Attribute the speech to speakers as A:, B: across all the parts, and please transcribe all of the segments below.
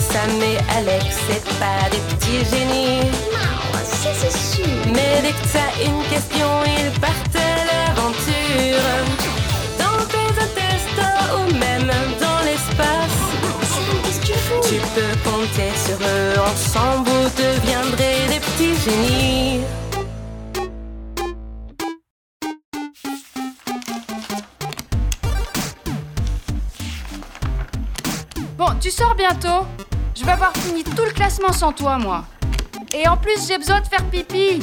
A: Sam et Alex, c'est pas des petits génies.
B: Non, Ah, ça c'est sûr.
A: Mais dès que t'as une question, ils partent à l'aventure. Dans tes hôtels stores ou même dans l'espace,
B: Sam, qu'est-ce que tu fous
A: tu peux compter sur eux. Ensemble, vous deviendrez des petits génies.
C: Bon, tu sors bientôt. Je vais avoir fini tout le classement sans toi, moi. Et en plus, j'ai besoin de faire pipi.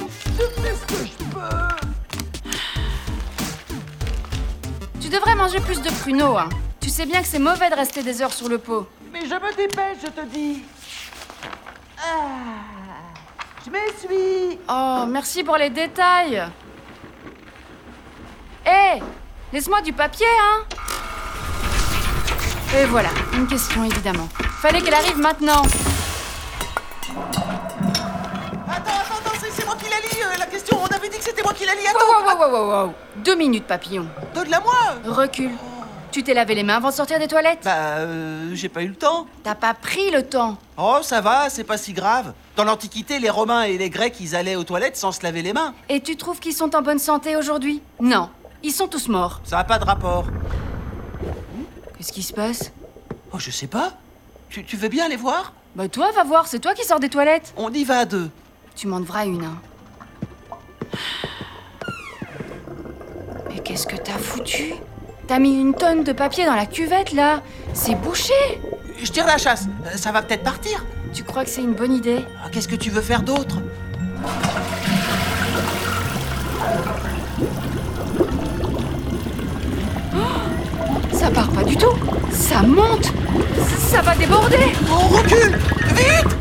C: Tu devrais manger plus de pruneaux, hein. Tu sais bien que c'est mauvais de rester des heures sur le pot.
D: Mais je me dépêche, je te dis. Ah, je m'essuie.
C: Oh, merci pour les détails. Hé, laisse-moi du papier, hein. Et voilà, une question évidemment. Fallait qu'elle arrive maintenant.
D: Attends, attends, attends, c'est- c'est moi qui la lis, euh, la question. On avait dit que c'était moi qui la lis.
C: Wow,
D: Attends,
C: wow, wow, wow, wow, wow. Deux minutes, papillon.
D: donne-la moi.
C: Recule. Tu t'es lavé les mains avant de sortir des toilettes
D: Bah, euh, j'ai pas eu le temps.
C: T'as pas pris le temps.
D: Oh, ça va, c'est pas si grave. Dans l'Antiquité, les Romains et les Grecs, ils allaient aux toilettes sans se laver les mains.
C: Et tu trouves qu'ils sont en bonne santé aujourd'hui Non, ils sont tous morts.
D: Ça n'a pas de rapport.
C: Qu'est-ce qui se passe
D: Oh, je sais pas. Tu, tu veux bien aller voir
C: Bah toi, va voir, c'est toi qui sors des toilettes.
D: On y va à deux.
C: Tu m'en devras une. Hein. Mais qu'est-ce que t'as foutu T'as mis une tonne de papier dans la cuvette là. C'est bouché.
D: Je tire la chasse. Euh, Ça va peut-être partir.
C: Tu crois que c'est une bonne idée
D: Ah, Qu'est-ce que tu veux faire d'autre
C: Ça part pas du tout. Ça monte. Ça, ça va déborder.
D: On recule Vite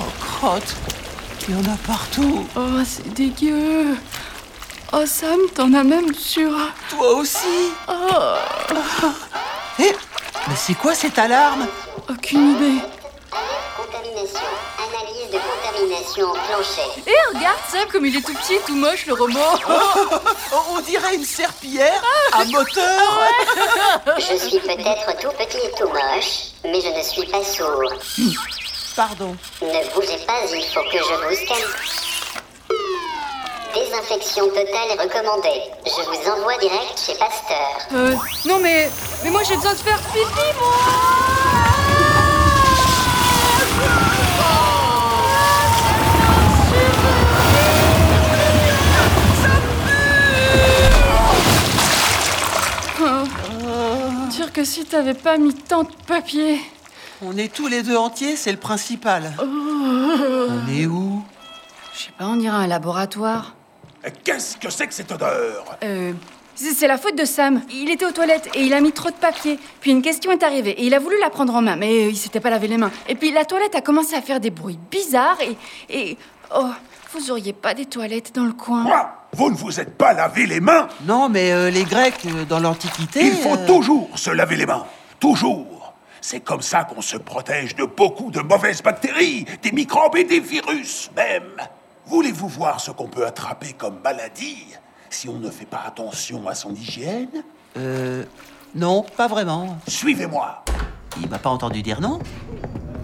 D: Oh, crotte Il y en a partout
C: Oh, c'est dégueu. Oh Sam, t'en as même sur.
D: Toi aussi Eh Mais c'est quoi cette alarme
C: Aucune idée.
B: Contamination. Analyse de contamination plancher.
C: Et Eh, regarde Sam comme il est tout petit, tout moche le robot.
D: Oh, On dirait une serpillière à moteur
B: Je suis peut-être tout petit et tout moche, mais je ne suis pas sourd.
D: Pardon.
B: Ne bougez pas, il faut que je vous scanne. Désinfection totale recommandée. Je vous envoie direct chez Pasteur.
C: Euh, non mais, mais moi j'ai besoin de faire pipi moi. Oh. Dire que si t'avais pas mis tant de papier.
D: On est tous les deux entiers, c'est le principal. On est où
C: Je sais pas, on dirait un laboratoire.
E: Qu'est-ce que c'est que cette odeur
C: Euh. C'est c'est la faute de Sam. Il était aux toilettes et il a mis trop de papier. Puis une question est arrivée et il a voulu la prendre en main, mais euh, il s'était pas lavé les mains. Et puis la toilette a commencé à faire des bruits bizarres et. et. Oh, vous auriez pas des toilettes dans le coin
E: Quoi Vous ne vous êtes pas lavé les mains
D: Non, mais euh, les Grecs, euh, dans l'Antiquité...
E: Il faut
D: euh,
E: toujours se laver les mains. Toujours. C'est comme ça qu'on se protège de beaucoup de mauvaises bactéries, des microbes et des virus même. Voulez-vous voir ce qu'on peut attraper comme maladie si on ne fait pas attention à son hygiène
D: Euh... Non, pas vraiment.
E: Suivez-moi.
D: Il m'a pas entendu dire non.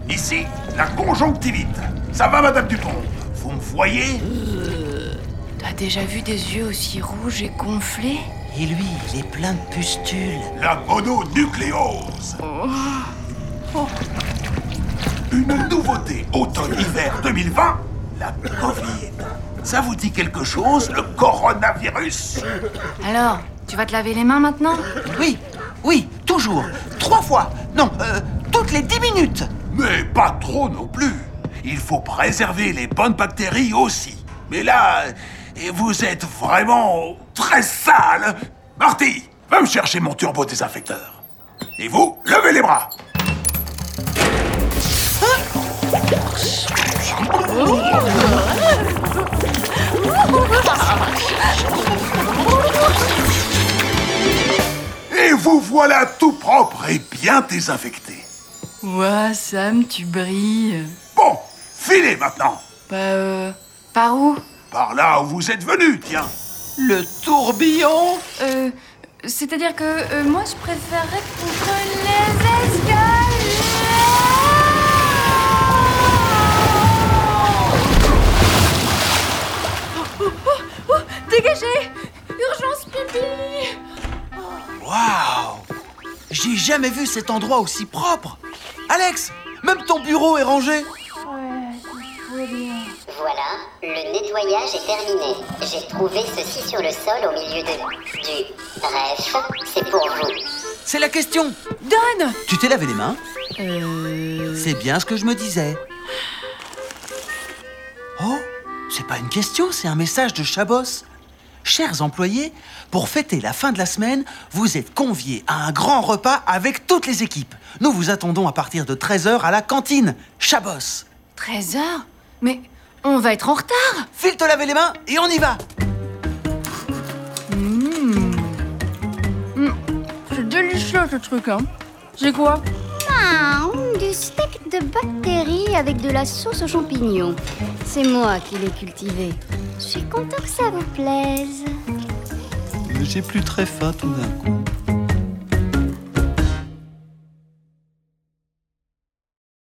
E: Ici, la conjonctivite. Ça va, Madame Dupont Vous me voyez
C: T'as déjà vu des yeux aussi rouges et gonflés
D: Et lui, il est plein de pustules.
E: La mononucléose. Une nouveauté automne-hiver 2020, la Covid. Ça vous dit quelque chose, le coronavirus
C: Alors, tu vas te laver les mains maintenant
D: Oui, oui, toujours. Trois fois. Non, euh, toutes les dix minutes.
E: Mais pas trop non plus. Il faut préserver les bonnes bactéries aussi. Mais là, et vous êtes vraiment très sale. Marty, va me chercher mon turbo désinfecteur. Et vous, levez les bras. Et vous voilà tout propre et bien désinfecté.
C: Ouah, Sam, tu brilles.
E: Bon, filez maintenant.
C: Bah, euh. Par où
E: Par là où vous êtes venu, tiens.
D: Le tourbillon.
C: Euh. C'est-à-dire que euh, moi, je préférerais contre les escaliers. Oh, oh, oh, dégagez Urgence pipi
D: Waouh J'ai jamais vu cet endroit aussi propre Alex, même ton bureau est rangé
B: Voilà, le nettoyage est terminé. J'ai trouvé ceci sur le sol au milieu de... du... Bref, c'est pour vous.
D: C'est la question
C: Donne
D: Tu t'es lavé les mains C'est bien ce que je me disais. Oh, c'est pas une question, c'est un message de Chabos. Chers employés, pour fêter la fin de la semaine, vous êtes conviés à un grand repas avec toutes les équipes. Nous vous attendons à partir de 13h à la cantine. Chabos
C: 13 heures Mais on va être en retard
D: File te laver les mains et on y va
C: C'est délicieux ce truc, hein C'est quoi
F: Ah, hum, du steak de bactéries avec de la sauce aux champignons. C'est moi qui l'ai cultivé. Je suis content que ça vous plaise.
D: J'ai plus très faim tout d'un coup.